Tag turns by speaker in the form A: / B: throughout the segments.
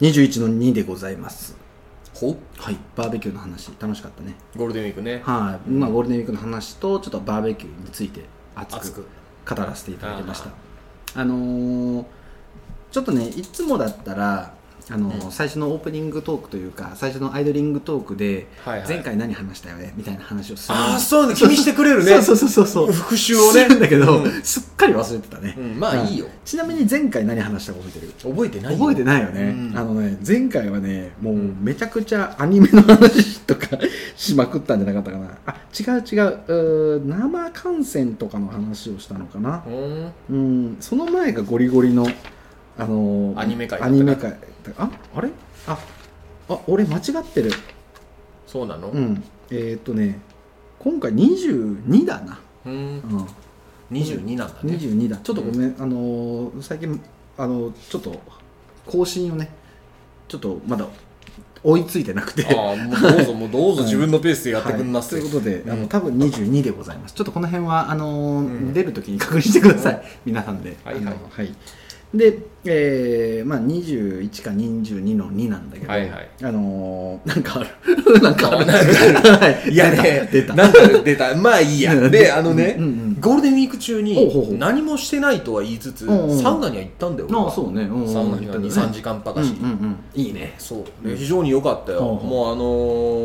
A: 21の2でございます
B: ほう
A: はいバーベキューの話楽しかったね
B: ゴールデンウィークね
A: はい、まあゴールデンウィークの話とちょっとバーベキューについて熱
B: 熱
A: く
B: く
A: 語らせていただきましたあのーちょっとねいつもだったらあのー
B: うん
A: 最初のオープニングトークというか最初のアイドリングトークで、
B: はいはい
A: 前回何話したよねみたいな話をする
B: ああそうね気にしてくれるね
A: そうそうそうそうそう
B: 復習をね
A: するんだけど、
B: うん
A: すっかり忘れてたね、
B: うんまあいいよ
A: ちなみに前回何話したか覚えてる
B: 覚えてない
A: 覚えて
B: い
A: ないよね、
B: うん
A: あのね前回はねもうめちゃくちゃアニメの話とかしまくったんじゃなかったかなあ違う違ううー生観戦とかの話をしたのかな
B: うーん
A: うんその前がゴリゴリのあのー
B: アニメ会だ
A: ア
B: ったな
A: ニメ会ああれああ俺間違ってる
B: そうなの
A: う
B: うん
A: えーっとね今回22だな、
B: ーん
A: うん、
B: 22なんだね
A: 22だちょっとごめん、あのー最近あのーちょっと更新をねちょっとまだ追いついてなくて
B: ああもうどうぞもうどうぞ
A: はい
B: 自分のペースでやってくんな
A: はい
B: っ
A: と
B: て
A: いうことで、
B: うん
A: あの多分22でございますちょっとこの辺はあのー
B: うん
A: 出るときに確認してください、皆さんで、
B: はいはい
A: あので、えーまあ、21か22の2なんだけど、
B: はいはい
A: あのーなん かあるなんかある
B: あなん
A: はい
B: いやね
A: 出た出た
B: なんか出たまあい いやであのね
A: うんうん
B: ゴールデンウィーク中
A: ほうほうほう
B: に何もしてないとは言いつつ
A: うんうん
B: サウナには行ったんだよ
A: ああ
B: 俺
A: そうね、うんう
B: は
A: ん
B: サウナには23時間ばかし
A: うんうんうんいいね
B: そうで非常に良かったよ
A: ほうほう
B: もうあの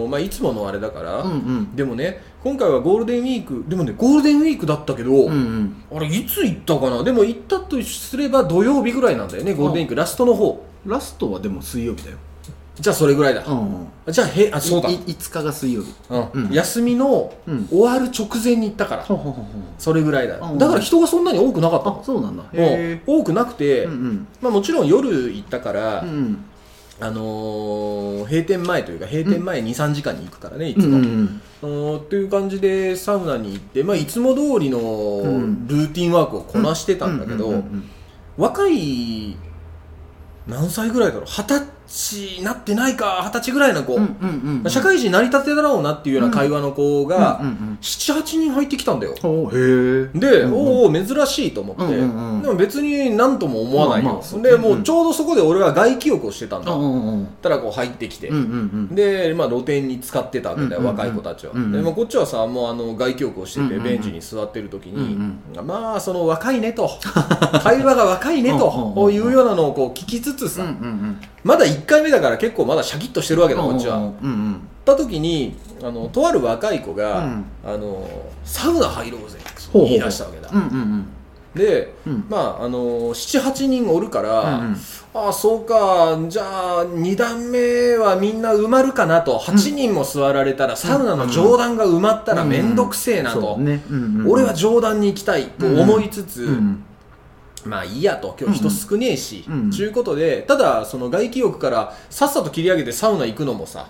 B: ーまあいつものあれだから
A: うんうん
B: でもね今回はゴールデンウィークでもねゴールデンウィークだったけど
A: うんうん
B: あれいつ行ったかなでも行ったとすれば土曜日ぐらいなんだよねゴールデンウィークラストの方
A: ラストはでも水曜日だよ
B: じゃあそれぐらいだ
A: ん、うん、
B: じゃあへあそうだ
A: い5日が水曜日
B: う
A: うん
B: ん休みの
A: うん
B: 終わる直前に行ったから
A: うほうほう
B: それぐらいだ
A: うん
B: だから人がそんなに多くなかった
A: あ
B: の
A: そうなんだ
B: うん
A: へ
B: 多くなくて
A: えうんうん
B: まあもちろん夜行ったから
A: うんうん
B: あのー閉店前というか閉店前23時間に行くからねいつ
A: うんう
B: も
A: ん
B: あのーっていう感じでサウナに行ってまあいつも通りのル
A: ん
B: ーティンワークをこなしてたんだけ
A: うんうん
B: ど
A: うんうん
B: 若い何歳ぐらいだろう二十歳なってないか二十歳ぐらいの子
A: うんうんうんうん
B: 社会人成り立てだろうなっていうような会話の子が
A: うんうん
B: 78人入ってきたんだよ
A: うんおーへえ
B: で、
A: うんうん
B: おお珍しいと思って、
A: うんうんうん
B: でも別に何とも思わないよ、
A: まあまあそう
B: でも
A: んう
B: うんちょうどそこで俺は外気浴をしてたんだ、
A: うんうんうん
B: たらこう入ってきて、
A: うんうん
B: で、まあ、露店に使ってたわけだよ、
A: うんうんうん
B: 若い子たちは、
A: うんうん
B: でもこっちはさもうあの外気浴をしてて、
A: うんうんうん
B: ベンチに座ってる時に、
A: うん
B: まあその若いねと 会話が若いねと
A: うんうんうん
B: こういうようなのをこう聞きつつさ、
A: うんうんうん
B: まだ1回目だから結構まだシャキッとしてるわけだこっちは、
A: うんうん
B: 行った時にあのとある若い子が、
A: うん
B: あのサウナ入ろうぜ
A: ほうほうほう
B: 言い出したわけだ、
A: うんうん
B: で、
A: うん
B: まああの78人おるから、
A: うんうん
B: ああそうかじゃあ2段目はみんな埋まるかなと8人も座られたら、サウナの上段が埋まったら
A: うん
B: 面倒くせえなと、
A: そうねうんうんうん
B: 俺は上段に行きたいと思いつつ、
A: うんうん
B: まあいいやと今日人少ねえし、
A: うんうん
B: ちゅうことでただその外気浴からさっさと切り上げてサウナ行くのもさ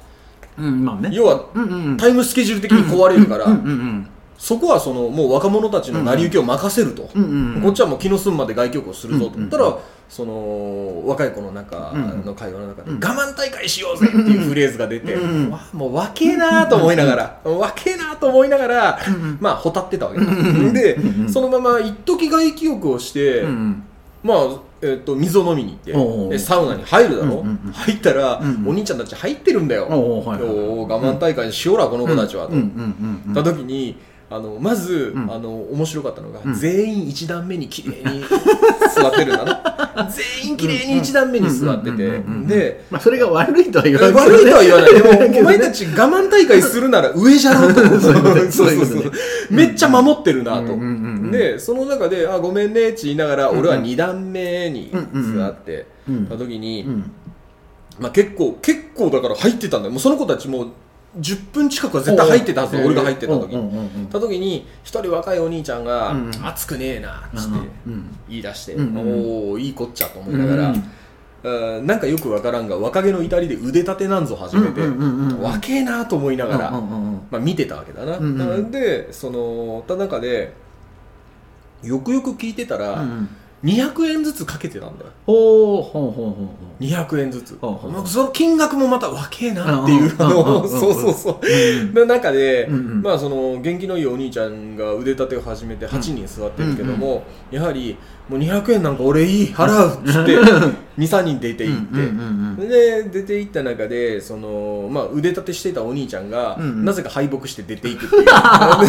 A: うんまあね
B: 要は
A: うんうんうん
B: タイムスケジュール的に壊れるから、
A: うんうん
B: そこはそのもう若者たちの成り行きを任せると、
A: うんうんうん
B: こっちはもう気の済むまで外局をするぞ
A: う
B: と
A: んう
B: 言
A: ん
B: ったら、その若い子の中
A: うん
B: の会話の中で、
A: うん
B: 我慢大会しようぜっていうフレーズが出て、
A: うんうん
B: わもう若えなと思いながら、若えなと思いながら、まあほたってたわけだ、で、
A: うんうん
B: そのまま一時外気浴をして、
A: うんうん
B: まあえっと水を飲みに行って
A: おうおう
B: でサウナに入るだろ、
A: うんうんうん
B: 入ったら、
A: うんうん
B: お兄ちゃんたち入ってるんだよ、
A: おーはいはいはい
B: おー我慢大会しようらこの子たちは、と
A: うんうんうん
B: た時にあのまず、
A: うん
B: あの面白かったのが、
A: うん
B: 全員一段目に綺麗に座ってるん だね全員綺麗に一段目に座って
A: うん
B: て
A: うんうんうんうん
B: で
A: まあ、それが悪いとは言わ
B: 悪
A: ない
B: とは言わないでも、お前た
A: ち
B: ち我慢大会するなら上じゃろと
A: そういうことね
B: そう
A: そういう
B: そう
A: こと
B: そ
A: ね
B: うめっちゃ守ってるなと、
A: うんうんうんうん
B: でその中で「あごめんね」って言いながら、
A: ん
B: 俺は二段目に座って
A: うんうんうん
B: た時に、
A: うん
B: まあ、結構結構だから入ってたんだよもうその子たちもう10分近くは絶対入ってたはず俺が入ってた時に
A: うんうんうん
B: た時に一人若いお兄ちゃんが
A: うん
B: 「熱くねえな」っつっ
A: うん
B: て
A: うん
B: 言い出して「
A: うん
B: おおいいこっちゃ」と思いながら、
A: うん
B: うんなんかよくわからんが若気の至りで腕立てなんぞ始めて
A: うんうんうんうん
B: 若えなと思いながら、
A: うんうんうん
B: まあ、見てたわけだな、
A: うんうん
B: でそのた中でよくよく聞いてたら、
A: うんうん
B: 200円ずつかけてたんだよ
A: ほうほうほうほうほう
B: 200円ずつ、
A: ほうほう
B: まあその金額もまた若えなっていうの
A: うんうんうんうん
B: を
A: うん
B: そうそうそう
A: うん
B: の中で、
A: うんうん
B: まあその元気のいいお兄ちゃんが腕立てを始めて8人座ってるけども、やはりもう200円なんか俺いい払うっつって23人出て行って、
A: うんうんうん
B: で出て行った中でその、まあ、腕立てしてたお兄ちゃんが、
A: うんうん
B: なぜか敗北して出ていくっ ていうま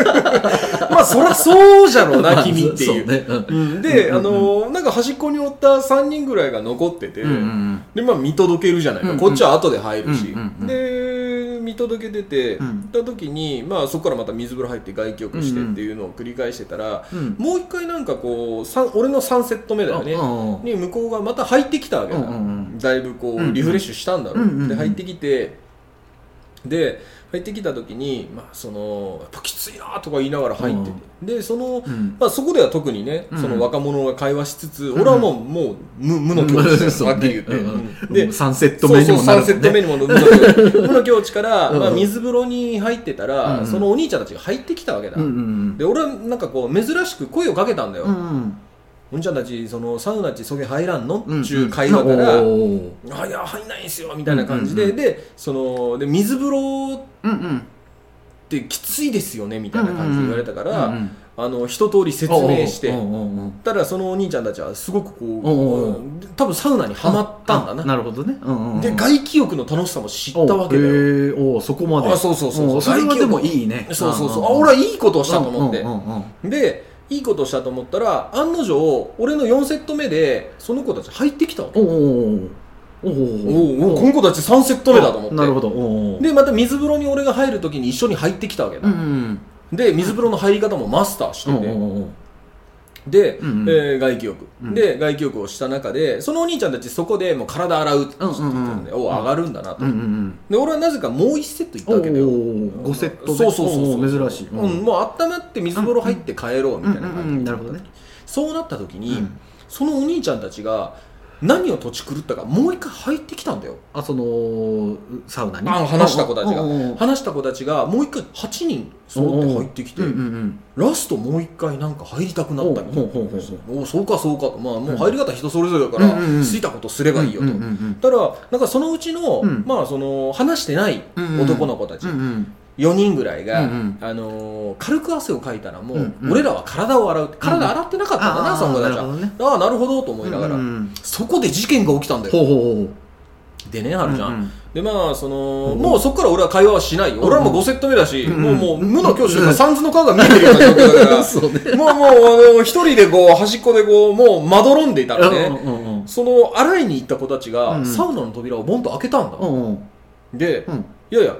B: あそりゃそうじゃろうな君っていう。
A: まあそそうね
B: うん
A: う
B: で、
A: んうん
B: あのなんか端っこにおった3人ぐらいが残ってて、
A: うんうんうん
B: でまあ見届けるじゃないか、
A: うんうん
B: こっちは後で入るし、
A: うんうんうん
B: で見届けてて、
A: う
B: 行
A: ん
B: った時に、まあ、そこからまた水風呂入って外気浴してっていうのを繰り返してたら、
A: うん
B: もう一回なんかこうさん俺の3セット目だよね、
A: うん
B: に向こうがまた入ってきたわけだ、
A: うんうんうん
B: だいぶこ
A: うんう
B: うんリフレッシュしたんだろう、
A: うんうんうん
B: で入ってきてで入ってきた時に、まあ、そのやっぱきついなとか言いながら入ってて、でその、
A: うん
B: まあ、そこでは特にね、
A: うん
B: その若者が会話しつつ、俺はもうもう無無の境地だよ、
A: そう
B: はっきり
A: ね
B: 言って、
A: うん
B: うんで
A: 3セット
B: そう
A: 目に
B: そう
A: もなるも
B: 3
A: ん
B: セ
A: ね
B: ット目にも無の境地無の境地から、
A: うん
B: まあ、水風呂に入ってたら、
A: うんうん
B: そのお兄ちゃんたちが入ってきたわけだ、
A: うんうん
B: で俺はなんかこう珍しく声をかけたんだよ、
A: うんうん
B: お兄ちゃんたちそのサウナちそげ入らんの、
A: うん
B: っちゅう会話から
A: おー
B: 「あいや入んないんすよ」みたいな感じで、
A: うんうんうん
B: でそので水風呂
A: うんうん
B: ってきついですよねみたいな感じで言われたから、
A: うんうん
B: あの一通り説明して
A: おーおーおー
B: たらそのお兄ちゃんたちはすごくこう、
A: おうおう
B: うん多分サウナにはまったんだな
A: なるほどねうんうんうん
B: で外気浴の楽しさも知ったわけだ
A: お
B: よ
A: へーおーそこまで
B: あそうそうそう
A: おーそれはでもいいね
B: そうそうそうあ俺はいいことをしたと思って、
A: うんうんうん
B: でいいことをしたと思ったら案の定俺の4セット目でその子たち入ってきたわけ
A: おーおーお
B: お
A: ー
B: おおおこの子たち3セット目だと思って
A: なるほどおー
B: でまた水風呂に俺が入るときに一緒に入ってきたわけだ、
A: うんうん
B: で水風呂の入り方もマスターし
A: う
B: て
A: ん
B: て、
A: うんうん
B: で、
A: うんうん
B: えー外気浴、
A: うん
B: で外気浴をした中でそのお兄ちゃんたちそこでもう体洗うって言ってたんで、
A: うんうんうん
B: お上がるんだなと、
A: うんうん
B: で俺はなぜかもう1セット行った
A: うん
B: わけだよ
A: 5セットで
B: そうそうそう
A: お
B: そう
A: ー珍しい
B: うんもう温まって水風呂入って帰ろうみ
A: うん
B: たいな感じ、
A: うんうんなるほどね
B: そうなった時に、
A: うん
B: そのお兄ちゃんたちが何を土地狂ったかもう一回入ってきたんだよ
A: あそのサウナに
B: あの話した子たちが
A: うんうんうん
B: 話した子たちがもう一回8人揃って入ってきて、
A: うんうん
B: ラストもう一回なんか入りたくなったみたいな
A: ほうほうほうほ
B: おうそうかそうかと、まあ、もう入り方人それぞれだから、
A: うんうんうん
B: 好きたことすればいいよと、
A: うんうんうん
B: ただなんかそのうちの,、
A: うん
B: まあ、その話してない男の子たち、
A: うんうん
B: 4人ぐらいが、
A: うんうん
B: あのー軽く汗をかいたらもう、
A: うんうん
B: 俺らは体を洗う体洗ってなかったんだな、
A: あー
B: その子たち
A: なるほどね
B: はああなるほどと思いながら、
A: うんうん
B: そこで事件が起きたんだよ
A: ほうほうほう
B: でねあるじゃん、
A: うんうん
B: でまあその、
A: うん
B: もうそこから俺は会話はしないよ、
A: うん
B: 俺はもう5セット目だし、
A: うん
B: もうもう無の教師
A: う
B: が
A: ん
B: 三途の顔が見えてるような状況だから
A: そうね
B: もうもうあの一人でこう端っこでこうもうまどろんでいたらね、
A: うんうん
B: その洗いに行った子たちが、
A: うん
B: サウナの扉をボンと開けたんだ、
A: うんうん
B: で、
A: うん
B: いやいや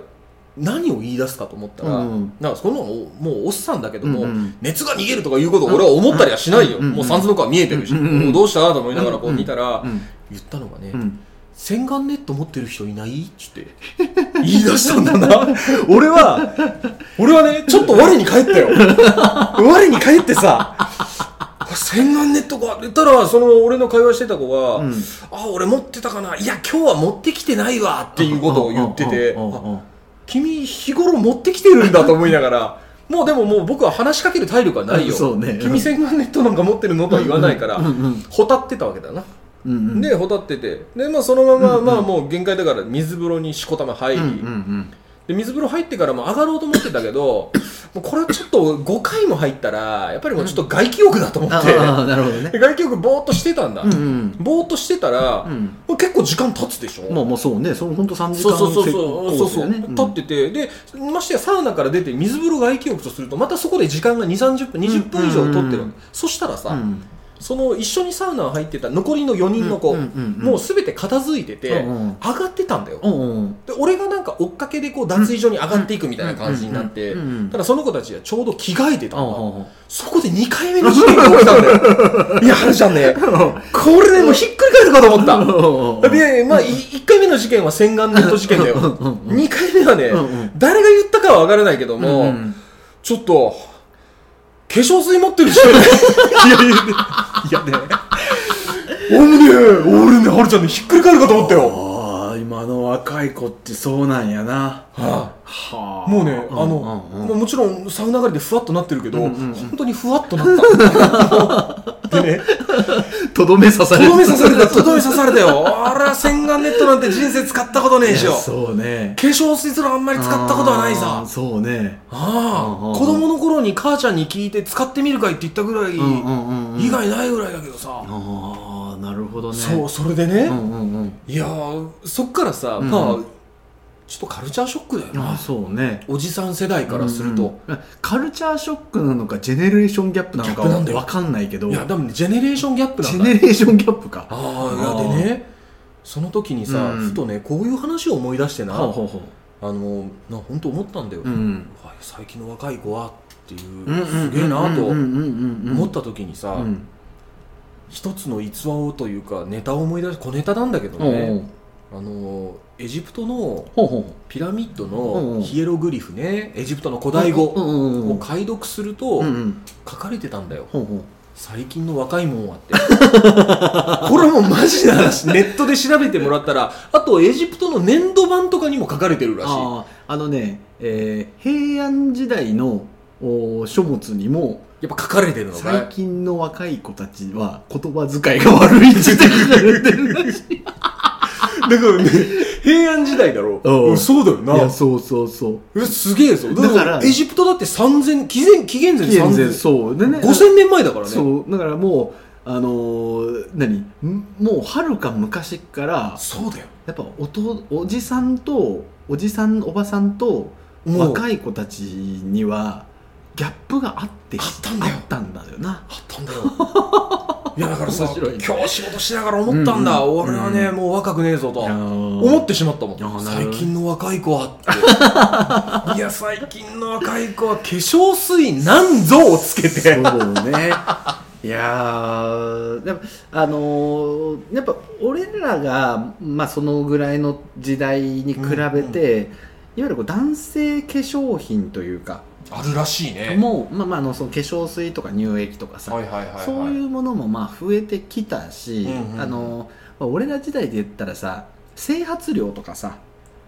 B: 何を言い出すかと思ったら、
A: うん
B: なんかそんなのもうおっさんだけども、
A: うんうん
B: 熱が逃げるとかいうことを俺は思ったりはしないよ、
A: うんうん
B: もう三途の顔見えてるし、
A: うんうん
B: もうどうしたと思いながらこう
A: うん
B: 見たら、
A: うん
B: 言ったのがね、
A: うん
B: 洗顔ネット持ってる人いないっつって言い出したんだな 俺は俺はねちょっと我に返った よ我に返ってさ洗顔ネットか言ったらその俺の会話してた子が
A: う
B: 「
A: ん
B: あ俺持ってたかないや今日は持ってきてないわ」っていうことを言ってて
A: うんうんうんうん
B: あ君日頃持ってきてるんだと思いながらもうでももう僕は話しかける体力はないよ
A: そうね
B: 君洗顔ネットなんか持ってるのとは言わないから、
A: うんうん
B: ほたってたわけだな
A: うんうん
B: でほたっててで、まあ、そのまま、
A: うんうん
B: まあ、もう限界だから水風呂にしこたま入
A: う
B: り、
A: んうん
B: で水風呂入ってからもう上がろうと思ってたけどもうこれはちょっと5回も入ったらやっぱりもうちょっと外気浴だと思
A: うん
B: っ
A: あ
B: て、
A: あなるほどね
B: で外気浴ぼーっとしてたんだ、
A: うんうん
B: ぼーっとしてたら、
A: うん
B: もう結構時間経つでしょ、
A: まあまあそうねその本当3時
B: そう
A: 間
B: そうそう
A: せ
B: そうそう
A: コースだ
B: そう、
A: よね
B: 立っててでましてやサウナから出て水風呂外気浴とするとまたそこで時間が2 3 0分20分以上取ってる、
A: うんうんうん
B: そしたらさ、
A: うん
B: その一緒にサウナ入ってた残りの4人の子、
A: うんうんうんうん
B: もうすべて片付いてて、
A: うんうん
B: 上がってたんだよ、
A: うんうん
B: で俺がなんか追っかけでこう脱衣所に上がっていくみたいな感じになって、
A: うんうんうんうん
B: ただその子たちはちょうど着替えてた
A: ああ
B: の、
A: ああ
B: そこで2回目の事件が起きたんだ よいやはるちゃんねこれでもうひっくり返るかと思ったで、まあ、い1回目の事件は洗顔ネット事件だよ。2回目はね
A: うんうん、
B: 誰が言ったかは分からないけども、
A: うん
B: ちょっと、化粧水持っ てる人いないいやね、いやね。俺ね、俺ね、はるちゃんね、ひっくり返るかと思ったよ。
A: ああ今の若い子ってそうなんやな
B: は
A: は
B: あもうね、あの、
A: うんうん
B: もうもちろんサウナ上がりでふわっとなってるけど、
A: うんうんうん
B: 本当にふわっと なった。でね、
A: うんとどめ刺さ
B: と
A: れる
B: どめ刺された、とどめ刺されたよ。あら、洗顔ネットなんて人生使ったことねえでし
A: い
B: ょ。
A: や
B: 化
A: そうね
B: 粧水すらあんまり使ったことはない
A: あ
B: さ
A: ー。そうね
B: あ
A: うんうんう
B: あ
A: ん
B: 子供の頃に母ちゃんに聞いて使ってみるかいって言ったぐらい
A: うんうんうんうん
B: 以外ないぐらいだけどさ
A: ああなるほほどね
B: そうそれでね、
A: うんうんうん
B: いやーそっからさ、
A: うん
B: まあちょっとカルチャーショックだよ
A: あ
B: な
A: そうね
B: おじさん世代からすると、、
A: うんうんカルチャーショックなのかジェネレーションギャップなのか
B: ギャップなんだよ
A: わかんないけど
B: いやでもねジェネレーションギャップな
A: ジ
B: ん
A: ェ
B: だ
A: ネレーションギャップか
B: ああ
A: あー
B: でねその時にさ、
A: うん
B: ふとねこういう話を思い出してな、
A: ほうほうほ
B: あのな本当思ったんだよ、
A: ううん
B: あ最近の若い子はっていう、
A: うん
B: すげえなと思
A: 思
B: った時にさ、
A: うん
B: 一つの逸話をというかネタを思い出し小ネタなんだけど
A: おうお
B: ね
A: う
B: あのエジプトの
A: ほうほ
B: ピラミッド
A: うんう
B: の
A: ん
B: ヒエログリフねエジプトの古
A: う
B: 代語
A: うんうんうん
B: を解読すると
A: うんうん
B: 書かれてたんだよ
A: ほうほう
B: 最近の若いもんはって これもマジな話ネットで調べてもらったらあとエジプトの粘土版とかにも書かれてるらしい
A: あああのね、えー平安時代のお書物にも
B: やっぱ書かれてるのか
A: 最近の若い子たちは言葉遣いが悪いって書かれてる らしい
B: だからね平安時代だろ
A: うん
B: うんそうだよ
A: いやそうそうそう
B: えすげえぞだか
A: だからら
B: エジプトだって3000紀元紀元前
A: 紀元前
B: 3000
A: そうでね
B: 5000年前だからね
A: そうだからもうあのー何んもうはるか昔から
B: そうだよ
A: やっぱおとおじさんとおじさんおばさんと
B: もう
A: 若い子たちにはギャップがあって
B: あったんだよ
A: あったんだよな
B: あった んだよいやだからさ
A: 面白いね
B: 今日仕事しながら思ったんだ、
A: うんうん
B: 俺はね、
A: うん
B: もう若くねえぞと思
A: 思
B: ってしまったも
A: いやー
B: ん
A: なる
B: 最
A: ほど
B: 近の若い子はっ ていや最近の若い子は化粧水なんぞをつけて
A: そうねいやーやっぱあのーやっぱ俺らが、まあ、そのぐらいの時代に比べて、いわゆるこう男性化粧品というか
B: あるらしいね
A: もう、まあ、まああのその化粧水とか乳液とかさ、
B: はいはいはい、はい、
A: そういうものもまあ増えてきたし、
B: うんうん
A: あのーまあ俺ら時代で言ったらさ整髪料とかさ、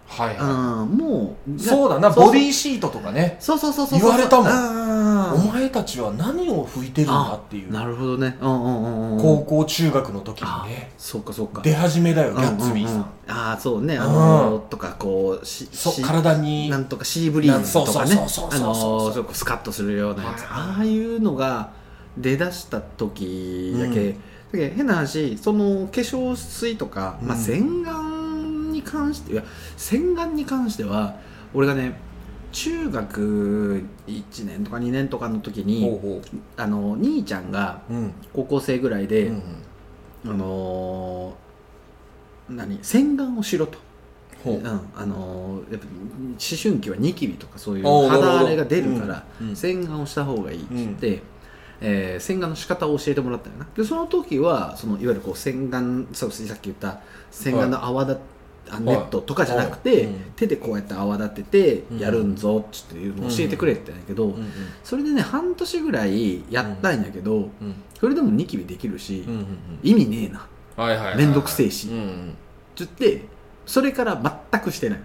B: はいは
A: うん、もう
B: いそうだなボディーシートとかね
A: そうそうそうそうそう
B: 言われたもん
A: あ
B: お
A: ー
B: 前たちは何を拭いてるんだっていう
A: なるほどねうんうんうんうん
B: 高校中学の時にね
A: そうかそうか
B: 出始めだよ
A: うん
B: ギャッツビーさん,、
A: うんうんああそうねあのーとかこうし
B: そう
A: し
B: 体に
A: なんとかシーブリーズとかね
B: そうそうそうそう
A: あ
B: そう
A: の
B: そう
A: ーそうスカッとするようなやつ
B: はい
A: ああいうのが出だした時だけ、だけど変な話その化粧水とか、まあ、
B: うん
A: 洗顔に関していや洗顔に関しては俺がね中学1年とか2年とかの時
B: ほう
A: に
B: ほ
A: あの兄ちゃんが
B: ううん
A: 高校生ぐらいで、あのー何洗顔をしろと、
B: ほ
A: うんあのーやっぱ思春期はニキビとかそういう
B: おーなるほど
A: 肌荒れが出るから、
B: うんうん
A: 洗顔をした方がいいって言って、えー洗顔の仕方を教えてもらったよなでその時はそのいわゆるこう洗顔そうさっき言った洗顔の泡だ、あネットとかじゃなくて、
B: はいうん
A: 手でこうやって泡立ててやるんぞっていうのを教えてくれって言うんだけど、
B: うん
A: それでね半年ぐらいやったんやけど、
B: うん
A: それでもニキビできるし、
B: うんうん
A: 意味ねえな
B: はいはいはいはい
A: めんどくせえし
B: うんうん
A: って言ってそれから全くしてない、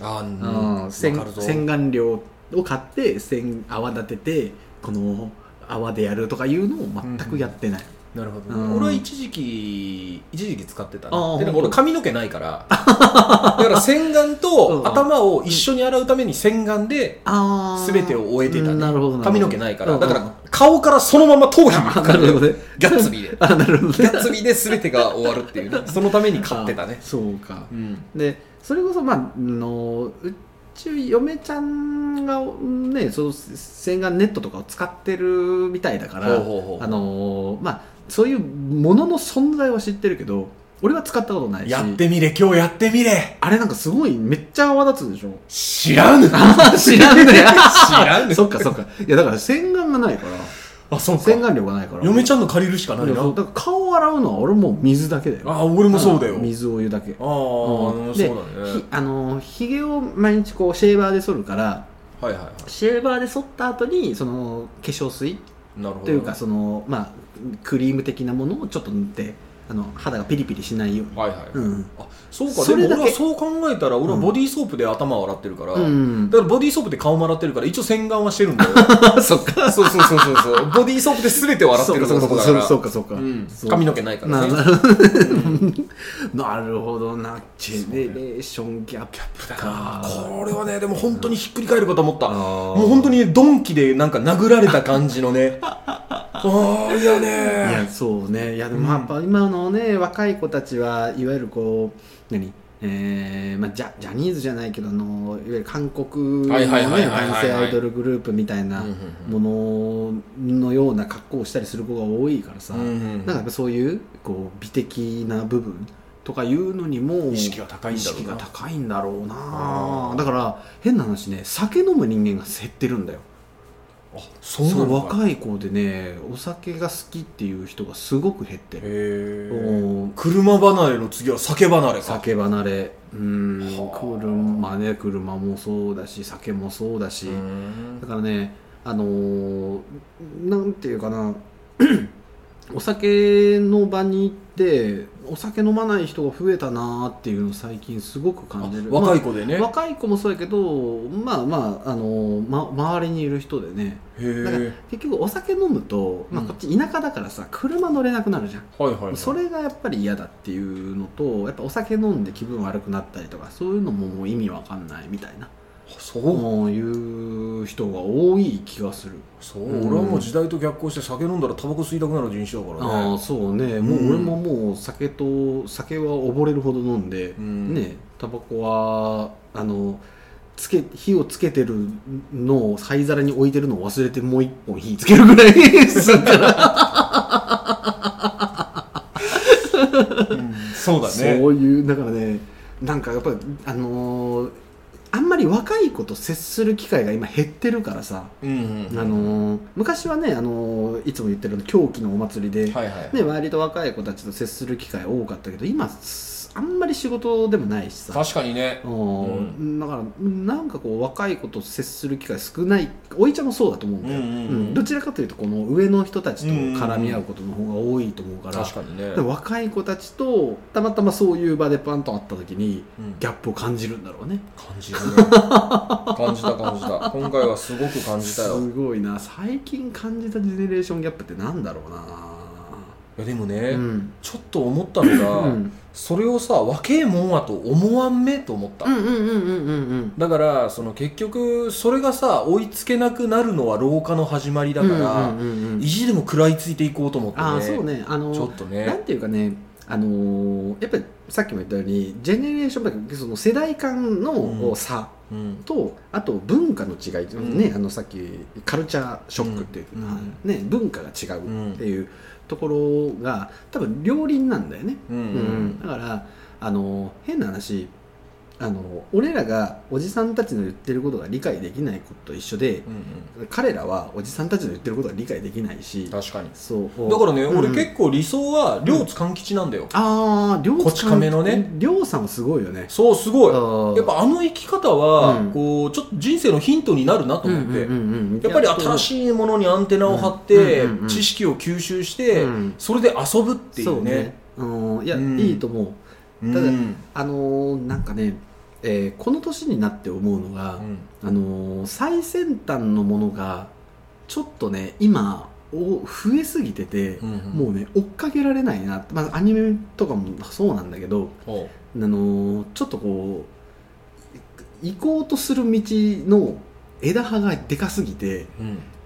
B: あー
A: うん洗
B: わかるぞ
A: 洗顔料を買って洗泡立ててこの泡でやるとかいうのを全くやってない、
B: なるほど、
A: うん
B: 俺は一時期一時期使ってた
A: あ
B: な
A: ー
B: でなん
A: ほ
B: か
A: んと
B: 俺髪の毛ないからだから洗顔
A: うんうん
B: と頭を一緒に洗うために洗顔で
A: ああ
B: 全てを終えてたね
A: なるほど
B: 髪の毛ないからだか
A: うんうん
B: ら顔からそのまま頭皮に
A: あ
B: か
A: な
B: か
A: るほど
B: る
A: ね
B: ギャッツビー で
A: あなるほど
B: ギ
A: ね
B: ャッツビーで全てが終わるっていうねそのために買ってたね
A: あそうか
B: うん
A: でそれこそまああのうち嫁ちゃんがねその洗顔ネットとかを使ってるみたいだから
B: ほうほうほう
A: あのまあそういうものの存在は知ってるけど俺は使ったことないし
B: やってみれ今日やってみれ
A: あれなんかすごいめっちゃ泡立つでしょ
B: 知らぬ
A: 知らんね
B: 知らんね
A: そっかそっかいやだから洗顔がないから
B: あそう
A: 洗顔料がないから
B: 嫁ち
A: ゃ
B: ゃんの借りるしかないな
A: だから顔を洗うのは俺もう水だけだよ
B: あ俺もそうだよ
A: ん水お湯だけ
B: ああ
A: で
B: そうだね
A: ひあのひげを毎日こうシェーバーで剃るから
B: はいはいは
A: シェーバーで剃った後にその化粧水
B: いなるほど
A: というかその、まあ、クリーム的なものをちょっと塗ってあの肌がピリピリしないように、
B: はいはい
A: うん
B: あそうか
A: そ
B: で
A: れ
B: も
A: だけ
B: 俺はそう考えたら俺はボディーソープで頭を洗ってるから、
A: うん
B: だ、からボディーソープで顔も洗ってるから一応洗顔はしてるんだよ
A: そっか
B: そうそうそうそうそうボディーソープで全てを洗ってる
A: そう
B: 男
A: か
B: だ
A: そ
B: か
A: うからそうかそうか、
B: うん
A: そう
B: 髪の毛ないから
A: な
B: ね
A: な
B: うん
A: なるほどなジェネレーションギャップか
B: これはねでも本当にひっくり返るかと思った
A: あー
B: もう本当にねドンキでなんか殴られた感じのね ああいや
A: いや
B: ね
A: そうねいやでもまあ
B: うん
A: やっぱ今のね若い子たちはいわゆるこう何えーまあ、ジャジャニーズじゃないけどあのいわゆる韓国の、
B: はい
A: ね、
B: はいはいはいはいはい
A: 男性アイドルグループみたいな
B: うん
A: もののような格好をしたりする子が多いからさ、
B: うんうん
A: なんかやっぱそういうこう美的な部分とかいうのにも
B: 意識が高いんだろうな
A: 意識が高いんだろうな
B: あー
A: だから変な話ね酒飲む人間が減ってるんだよ
B: あそ
A: そう
B: なのか
A: 若い子でねお酒が好きっていう人がすごく減ってる
B: へえ
A: おー
B: 車離れの次は酒離れか
A: 酒離れうん
B: はあ
A: 車ね車もそうだし酒もそうだし、
B: う
A: だ
B: ん
A: からねあのーなんていうかな お酒の場に行ってお酒飲まない人が増えたなーっていうのを最近すごく感じる
B: あ若い
A: 子、
B: 子で
A: ま
B: ね
A: あ若い子もそうやけどまあまあ、あのーま、周りにいる人でね
B: へえ
A: だから結局お酒飲むと、まあ、
B: うん
A: こっち田舎だからさ、車乗れなくなるじゃん
B: はいはいはい
A: それがやっぱり嫌だっていうのとやっぱお酒飲んで気分悪くなったりとかそういうのももう意味わかんないみたいな
B: あそう
A: もういう人が多い気がする
B: そううん俺はもう時代と逆行して酒飲んだらタバコ吸いたくなる人種だから
A: ああ
B: ね
A: そうね、
B: うん
A: もう俺ももう酒と酒は溺れるほど飲んで、
B: うん
A: ねタバコはあのつけ火をつけてるのを灰皿に置いてるのを忘れてもう一本火つけるぐらいです るから
B: うんそうだね
A: そういうだからねなんかやっぱりあのーあんまり若い子と接する機会が今減ってるからさ、
B: うんうん
A: あのー昔はね、あのーいつも言ってる狂気のお祭りで、
B: はいはい
A: ね、割と若い子たちと接する機会多かったけど今すあんまり仕事でもないしさ
B: 確かにね
A: おーだからなんかこう若い子と接する機会少ないおいちゃんもそうだと思うんだよ、
B: うんうんうん
A: どちらかというとこの上の人たちと絡み合うことの方が多いと思うから、
B: 確かにね
A: で若い子たちとたまたまそういう場でパンと会った時に
B: うん
A: ギャップを感じるんだろうね
B: 感じる ね感じた感じた今回はすごく感じた
A: す
B: よ
A: ごいな最近感じたジェネレーションギャップってなんだろうない
B: やでもね、
A: うん
B: ちょっと思ったの
A: う
B: が、
A: ん
B: それをさ若えもんはと思わんめと思った、
A: うんうんうんうんうんうん
B: だからその結局それがさ追いつけなくなるのは老化の始まりだから、
A: うんうんうんうん
B: 意地でも食らいついていこうと思ってね
A: ああそうねあの
B: ちょっとね
A: なんていうかねあのーやっぱりさっきも言ったようにジェネレーションだけその世代間
B: う
A: の
B: ん
A: 差
B: うん
A: とあと文化の違い、
B: ん
A: ねあのさっきカルチャーショックっていう、
B: うんうん
A: ね、文化が違うっていうところが多分両輪なんだよね、
B: うんう
A: うん
B: ん
A: だからあの変な話あの俺らがおじさんたちの言ってることが理解できないことと一緒で
B: うんうん
A: 彼らはおじさんたちの言ってることが理解できないし
B: 確かに
A: そう
B: だからね、
A: うん
B: 俺結構理想は両津勘吉なんだよ、
A: あありょう
B: こち亀のね
A: りょうさんはすごいよね
B: そうすごいや
A: や
B: っぱあの生き方は、
A: うん
B: こうちょっと人生のヒントになるなと思って、やっぱり新
A: い
B: しいものにアンテナを張って、
A: うんうんうんうん
B: 知識を吸収して、
A: うん
B: それで遊ぶっていうね
A: そうね、うん、いや、
B: うん
A: いいと思う
B: うん
A: ただあのーなんかね、えーこの年になって思うのが、
B: うん
A: あのー最先端のものがちょっとね今お増えすぎてて、
B: うんうん
A: もうね追っかけられないな、まあ、アニメとかもそうなんだけど、
B: ほう
A: あのーちょっとこうい行こうとする道の枝葉がでかすぎて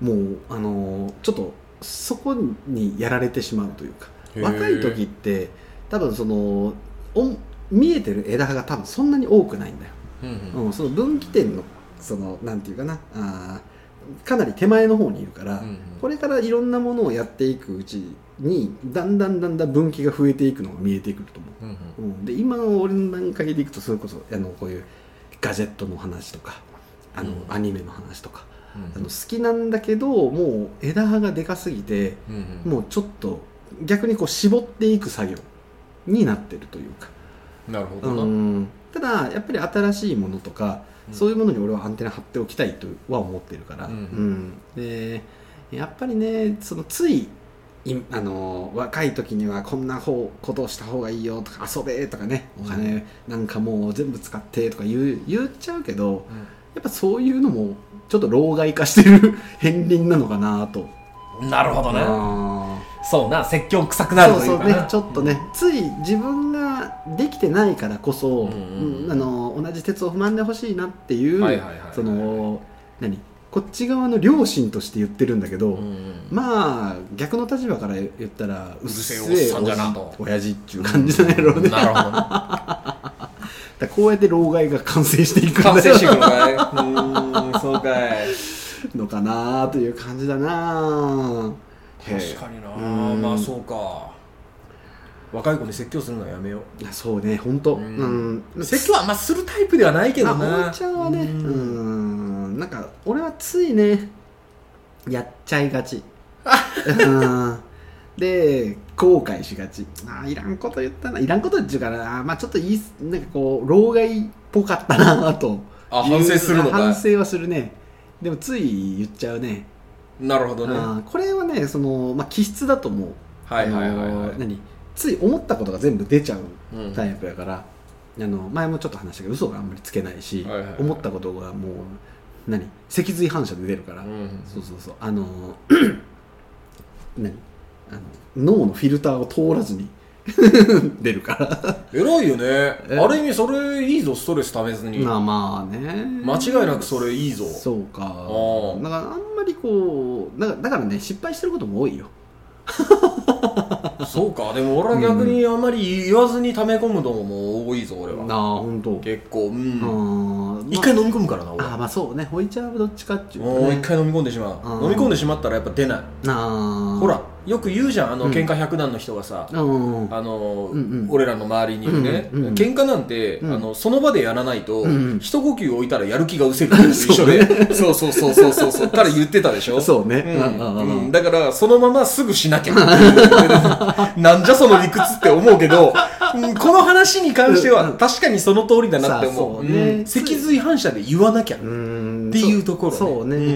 B: うん
A: もう、あのーちょっとそこにやられてしまうというか若い時って多分そのお見えてる枝葉が多分そんなに多くないんだよ、
B: うん
A: うんその分岐点のそのなんていうかなあーかなり手前の方にいるから、これからいろんなものをやっていくうちにだんだんだんだん分岐が増えていくのが見えてくると思う。
B: うんう
A: う
B: ん
A: ん、で今の俺の段階でいくとそれこそあのこういうガジェットの話とかあの、
B: うん
A: アニメの話とか
B: うん
A: あの好きなんだけどもう枝葉がでかすぎて
B: うん
A: もうちょっと逆にこう絞っていく作業になってるというか、
B: なるほ
A: う
B: どな、
A: ん、ただやっぱり新しいものとか、
B: うん
A: そういうものに俺はアンテナ張っておきたいとは思ってるから、
B: うん
A: うんでやっぱりねそのついいあの若い時にはこんな方ことをした方がいいよとか遊べとかねお金なんかもう全部使ってとか言う言っちゃうけどやっぱそういうのもちょっと老害化してる 片鱗なのかなと。
B: うんなるほどね、
A: あ
B: そうな説教臭くなる
A: そう
B: とい
A: そうう
B: か
A: ね
B: な
A: ちょっとね、つい自分ができてないからこそ、
B: うんうんうん
A: うんあの同じ鉄を踏まんでほしいなっていう、
B: はいはいはいはい
A: その何こっち側の両親として言ってるんだけど、
B: うん
A: まあ逆の立場から言ったらう
B: るせえおっさんじゃなと
A: 親父っていう感じなんやろうね、だか
B: なるほど ね
A: らこうやって老害が完成していくんだよ
B: 完成していくのかいうーんそうかい
A: のかなという感じだな
B: 確かにな
A: うん
B: まあそうか若い子に説教するのはやめよう
A: にそうね本当う
B: うん
A: ん、
B: 説教はあんまするタイプではないけど
A: まあ、
B: な
A: おんちゃんはねう
B: うんん
A: なんか俺はついねやっちゃいがちうんで後悔しがちあーいらんこと言ったないらんことっていうかなまあちょっといいなんかこう老害っぽかったなと
B: あ反省するのか
A: 反
B: い
A: 省はするねでもつい言っちゃうね
B: なるほどねは
A: あーこれはねその、まあ、気質だと思う
B: いはいはい
A: あ
B: は
A: のー
B: い
A: 何つい思ったことが全部出ちゃう
B: うん
A: タイプやから、あの前もちょっと話したけど嘘があんまりつけないし、
B: はいはいはい
A: 思ったことがもう何脊髄反射で出るから、
B: うん
A: そうそうそうあのー何あの脳のフィルターを通らずに 出るから
B: 偉いよね
A: え
B: ある意味それいいぞストレスためずに
A: まあまあね
B: 間違いなくそれいいぞ
A: そうか
B: ー
A: だからあんまりこうだからだからね失敗してることも多いよ
B: そうかでも俺は逆にあんまり言わずに溜め込むのも多いぞ俺
A: あ
B: は
A: あ本当。
B: 結構
A: あ
B: うん
A: ーま
B: 一回飲み込むからな俺
A: ああまあそうねホイチャーはどっちかっていうと、ね、
B: もう一回飲み込んでしま
A: う
B: うん飲み込んでしまったらやっぱ出ない
A: あー
B: ほらよく言うじゃんあの
A: うん
B: 喧嘩百段の人がさ
A: うん
B: あのー
A: うんうん
B: 俺らの周りにいるね、
A: うんうんうん
B: 喧嘩なんて、
A: うん
B: あのその場でやらないと、
A: うんうん
B: 一呼吸置いたらやる気が失せるの と一緒でそうそうそうそうそうそうから言ってたでしょ
A: そうね
B: ん
A: うんうん
B: うんだからそのまますぐしなきゃ っていうなんじゃその理屈って思うけど、うんこの話に関し
A: う
B: て
A: んう
B: は
A: ん
B: 確かにその通りだなって思
A: さあそ
B: う
A: うね
B: うん脊髄反射で言わなきゃっ
A: って
B: いうところ、
A: そうね、
B: うん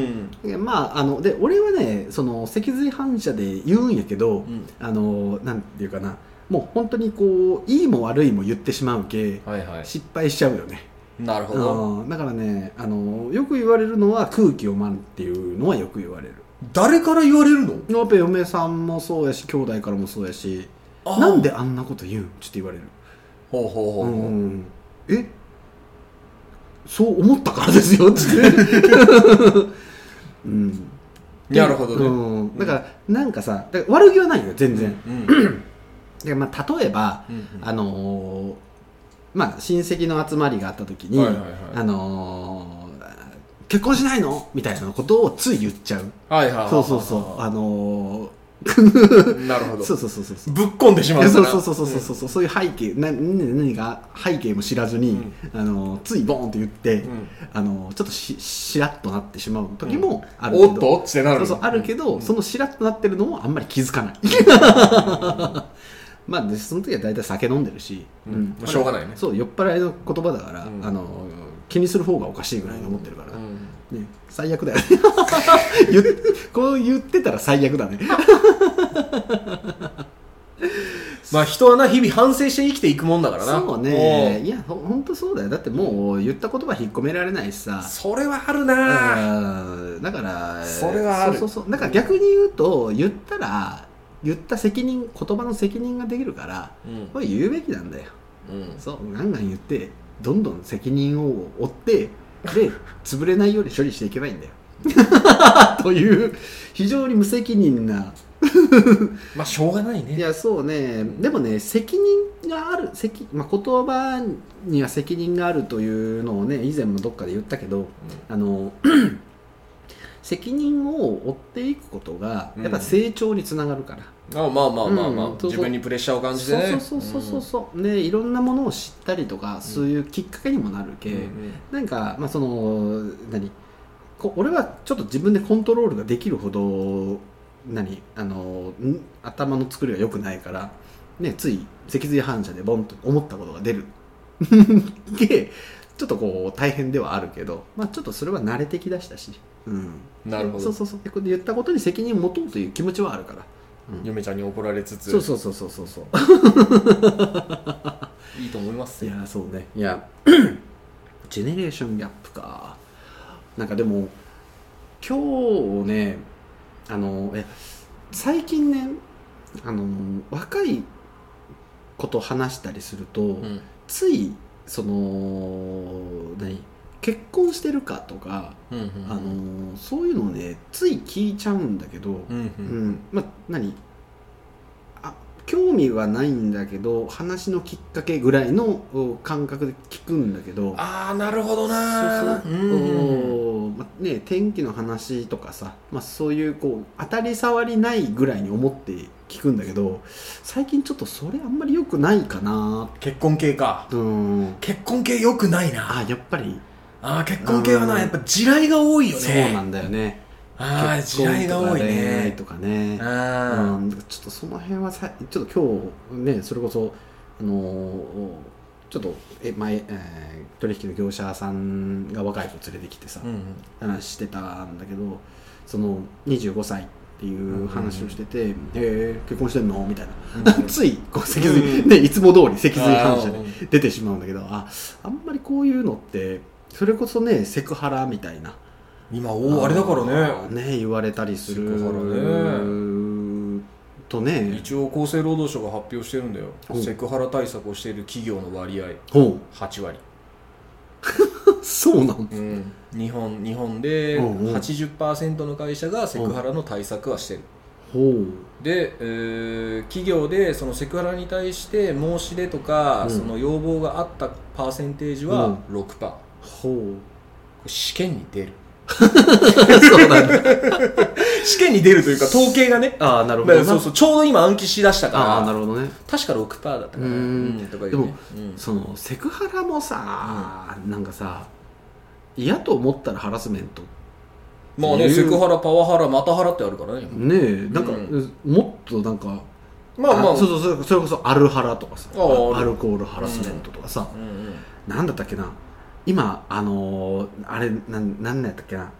A: いやまああので俺はねその脊髄反射で言うんやけど、
B: ん
A: あのなんていうかなもう本当にこういいも悪いも言ってしまうけ
B: はいはい
A: 失敗しちゃうよね、
B: なるほど
A: うん、だからねあのよく言われるのは空気をまんっていうのはよく言われる
B: 誰から言われるの
A: やっぱ嫁さんもそうやし兄弟からもそうやしなんであんなこと言うんちょっと言われる
B: ほうほうほうほう、
A: うん、えそう思ったからです よってうん
B: なるほどね、
A: うん、だからなんかさだから悪気はないよ全然、
B: うん
A: でまあ、例えば、あのーまあ親戚の集まりがあった時に、
B: はいはいはい
A: あのー結婚しないのみたいなことをつい言っちゃう
B: はいはいはい
A: そうそうそうあの
B: うなるほ
A: ー
B: ど
A: そうそうそうそうそう
B: ぶっこんでしまう
A: い
B: か
A: や
B: ら
A: そうそうそうそうそうそう、そういう背景な何が背景も知らずに、
B: うん
A: あのついボーンと言って、
B: うんうん
A: あのちょっとししらっとなってしまう時もあるけど、
B: おっとってなる
A: そうそうあるけど、
B: うん
A: そのしらっとなってるのもあんまり気づかない まあでその時は大体酒飲んでるし、
B: うんまあしょうがないね
A: そう酔っ払いの言葉だから、
B: うん
A: あの気にする方がおかしいぐらいに思ってるから、
B: うん
A: ね、最悪だ よね言っこう言ってたら最悪だね
B: まあ人はな日々反省して生きていくもんだからな
A: そうねいやほほんとそうだよだってもう言った言葉引っ込められないしさ
B: おうそれはあるな
A: うんだから
B: それはある
A: そうそうそうだから逆に言うと言ったら言った責任言葉の責任ができるから
B: うん
A: これ言うべきなんだよ
B: うん
A: そうガンガン言ってどんどん責任を負ってで潰れないように処理していけばいいんだよ という非常に無責任な
B: まあしょうがない
A: い
B: ね
A: やそうねでもね責任がある責、まあ、言葉には責任があるというのをね以前もどっかで言ったけど、あの 責任を負っていくことがやっぱ成長につながるから、
B: あまあまあまあまあ
A: うんそうそう
B: 自分にプレッシャーを感じて
A: そう
B: ね
A: そうそうそうそうねいろんなものを知ったりとかそういうきっかけにもなるけ、
B: うんうん
A: なんかまあその何こ俺はちょっと自分でコントロールができるほど何あのん頭の作りが良くないから、ね、つい脊髄反射でボンと思ったことが出る でちょっとこう大変ではあるけど、まあ、ちょっとそれは慣れてきだしたし、うん、
B: なるほ
A: そう
B: ど
A: そうそうでこれ言ったことに責任を持とうという気持ちはあるから、うん
B: 嫁ちゃんに怒られつつ
A: そうそうそうそうそうそう
B: いいと思いま す
A: い
B: よ
A: やそうねいやジェネレーションギャップかなんかでも今日ねあのえ最近ねあの若い子と話したりすると、
B: うん
A: ついその何結婚してるかとか、
B: うんうん
A: あのそういうのをねつい聞いちゃうんだけど、
B: うんう
A: うん
B: ん
A: まあ何あ興味はないんだけど話のきっかけぐらいのお感覚で聞くんだけど
B: ああなるほど
A: そう
B: な
A: そうう、
B: ん
A: おーまあね、天気の話とかさ、まあ、そういうこう当たり障りないぐらいに思って聞くんだけど最近ちょっとそれあんまり良くないかな
B: 結婚系か
A: うん
B: 結婚系よくないな
A: あやっぱり
B: あー結婚系は
A: うん
B: なやっぱ地雷が多いよね
A: そうなんだよね
B: ああ地雷が多いね
A: とかね
B: あ
A: うん、ちょっとその辺はさちょっと今日ねそれこそあのーちょっとえ前、えー取引の業者さんが若い子連れてきてさ、
B: ーうん
A: 話してたんだけどその25歳っていう話をしてて「えー結婚してんの?」みたいな、
B: うん
A: ついこう脊髄、
B: うん
A: ねいつも通り脊髄反射
B: あ
A: で
B: ー
A: 出てしまうんだけどああんまりこういうのってそれこそねセクハラみたいな。
B: 今おおあれだからね
A: ね言われたりする
B: セクハ
A: とね
B: 一応厚生労働省が発表してるんだよ
A: お
B: セクハラ対策をしている企業の割合
A: ほ
B: 8割、
A: うそうなん
B: うん、日本日本で
A: うんうん
B: 80%の会社がセクハラの対策はしてる
A: ほう
B: で、えー企業でそのセクハラに対して申し出とか、
A: うん
B: その要望があったパーセンテージは
A: うん
B: 6%、こ
A: ほ
B: れ試験に出る
A: うそうなんだ
B: 試験に出るという か統計がね
A: ああなる
B: だ
A: ほど
B: か
A: な
B: らそうそうちょうど今暗記しだしたか
A: ああな
B: ら
A: るほどね
B: 確か6%だったかな
A: うーん
B: とかいうねうん
A: そのセクハラもさ、なんかさ嫌と思ったらハラスメント
B: まあね
A: いう
B: セクハラパワハラマタハラってあるからね
A: ねえなんか、
B: うん
A: もっとなんか
B: まあまあ
A: そうそうそうそれこそアルハラとかさ
B: ああ
A: アルコールハラスメントとかさ、
B: うんうん
A: なんだったっけな今あのーあれなんなんやったっけな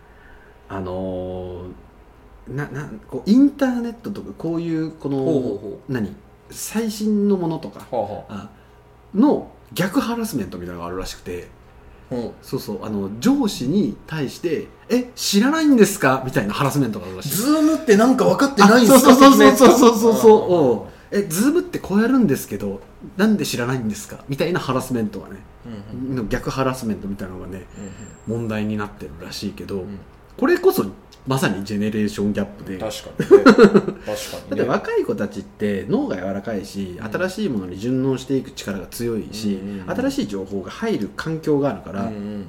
A: あのーななこうインターネットとかこういうこの
B: ほうほうほ
A: 何最新のものとか
B: うはあはあ
A: あの逆ハラスメントみたいなのがあるらしくて
B: うん
A: そうそうあの上司に対して「え知らないんですか?」みたいなハラスメントがあるらしい
B: ズームってなんか分かって
A: あ
B: ないんですか
A: そうそうそうそうそうそうそう
B: う
A: おうえズームってこうやるんですけどなんで知らないんですかみたいなハラスメントがね
B: うんうんうん
A: の逆ハラスメントみたいなのがね問題になってるらしいけど、
B: ん
A: これこそまさにジェネレーションギャップ
B: う
A: で
B: ん確かにね
A: だ
B: 確か
A: っ
B: に
A: て
B: ね
A: 若い子たちって脳が柔らかいし、
B: うん
A: 新しいものに順応していく力が強いし、
B: うんうんうん
A: 新しい情報が入る環境があるから、
B: うんうん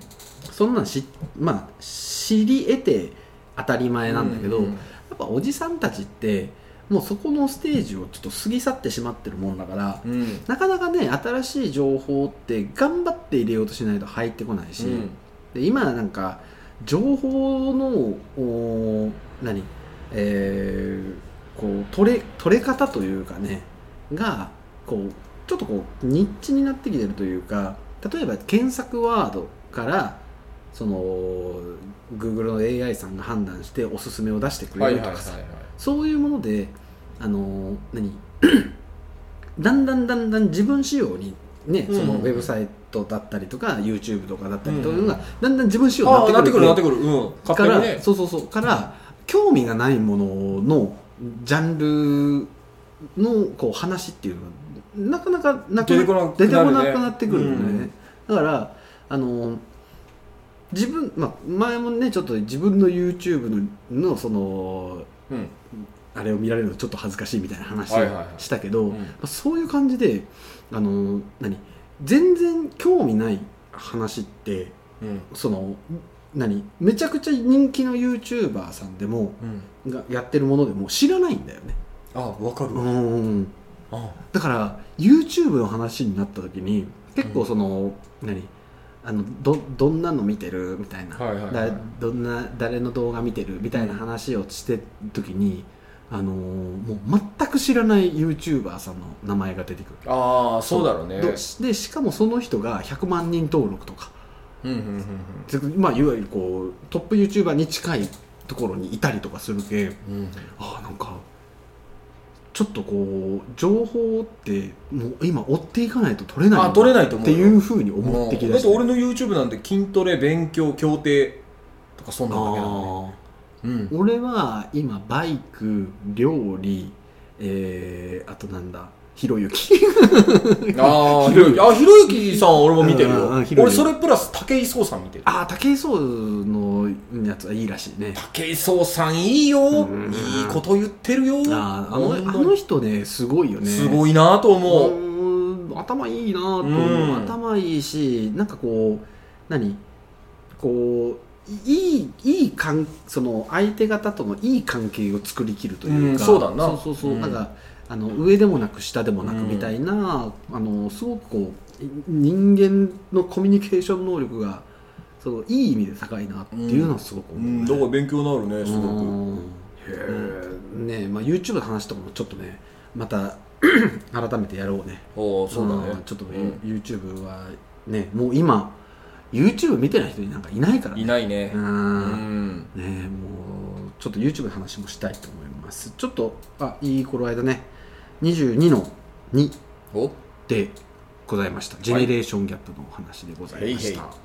A: そんなんし、まあ、知り得て当たり前なんだけど、
B: ううん
A: やっぱおじさんたちってもうそこのステージをちょっと過ぎ去ってしまってるもんだから、
B: うんうん
A: なかなかね新しい情報って頑張って入れようとしないと入ってこないし、
B: うん
A: で今なんか情報のおー何、えーこう取れ取れ方というかねがこうちょっとこうニッチになってきてるというか例えば検索ワードからその Google の AI さんが判断しておすすめを出してく
B: は
A: れ
B: い
A: ると
B: はいはい
A: かさ
B: はい
A: そういうものであのー何 だんだんだんだん自分仕様にね、
B: うん
A: そのウェブサイトだったりとか YouTube とかだったりというの
B: う
A: がだんだん自分仕様
B: ああ
A: に
B: な
A: な
B: っ
A: っててく
B: くる
A: る
B: なってくるうん
A: か
B: 勝手に
A: ら、
B: ね
A: そうそうそうから興味がないもののジャンルのこう話っていうのがなかなかなく
B: 出てこなくなるね
A: 出てこなくなってくるのね、
B: うん
A: だからあの自分、まあ、前もねちょっと自分の YouTube ののその
B: うん
A: あれを見られるのちょっと恥ずかしいみたいな話
B: はいはいはい
A: をしたけど、
B: うん
A: まあそういう感じであの何全然興味ない話って
B: うん
A: その何めちゃくちゃ人気の YouTuber さんでも
B: うん
A: がやってるものでも知らないんだよね
B: あわかる
A: う
B: わ
A: ん
B: あ
A: だから YouTube の話になった時に結構その、何あのどどんなの見てるみたいな、
B: はいはいはい
A: だどんな誰の動画見てるみたいな話をしてる時に、あのーもう全く知らない YouTuber さんの名前が出てくる
B: あーそうだろうね
A: どでしかもその人が100万人登録とか、
B: うんうんうん
A: つまあ、いわゆるこうトップ YouTuber に近いところにいたりとかするけ、
B: うんうん
A: ああなんかちょっとこう情報ってもう今追っていかないと取れない
B: あ取れないと思う
A: って
B: よ
A: いうふうに思ってき
B: だ
A: だ
B: っ
A: してて
B: 俺の YouTube なんて筋トレ勉強協定とかそんなんだけだね
A: あ
B: うん
A: ー俺は今バイク料理えー、あとなんだひろゆ き
B: ああ、ひ
A: ひろ
B: ろ
A: ゆ
B: ゆ
A: き
B: き。あ、ひろゆきさん俺も見てる
A: うん
B: よ
A: うんひ。ろゆ
B: 俺
A: き
B: それプラス武井壮さん見てる。
A: ああ武井壮のやつはいいらしいね
B: 武井壮さんいいよ
A: うん。
B: いいこと言ってるよ。
A: あーあ
B: どん
A: の
B: どん
A: あの人ねすごいよね
B: すごいなと思う。
A: うーん頭いいなと、
B: うん
A: 頭いいしなんかこう何こういいいい関その相手方とのいい関係を作りきるというか、
B: うんそうだな
A: そうそうそう
B: うん
A: なんかあの上でもなく下でもなくみたいな、あのすごくこうい人間のコミュニケーション能力がそのいい意味で高いなっていうのはすごく
B: う
A: 思う、ね
B: ん、だから勉強になるね、すご
A: う
B: く。
A: んねえ、まあ、YouTube の話とかもちょっとねまた 改めてやろうね
B: ああ、そうだね
A: ん。ちょっと、
B: うん
A: YouTube はねもう今 YouTube 見てない人なんかいないからね
B: いないね
A: う。
B: うん
A: ね
B: ん。
A: えもうちょっと YouTube の話もしたいと思いますちょっとあいい頃合いだね22の2
B: お
A: でございましたジェネレーションギャップのお話でございました、
B: はいへいへい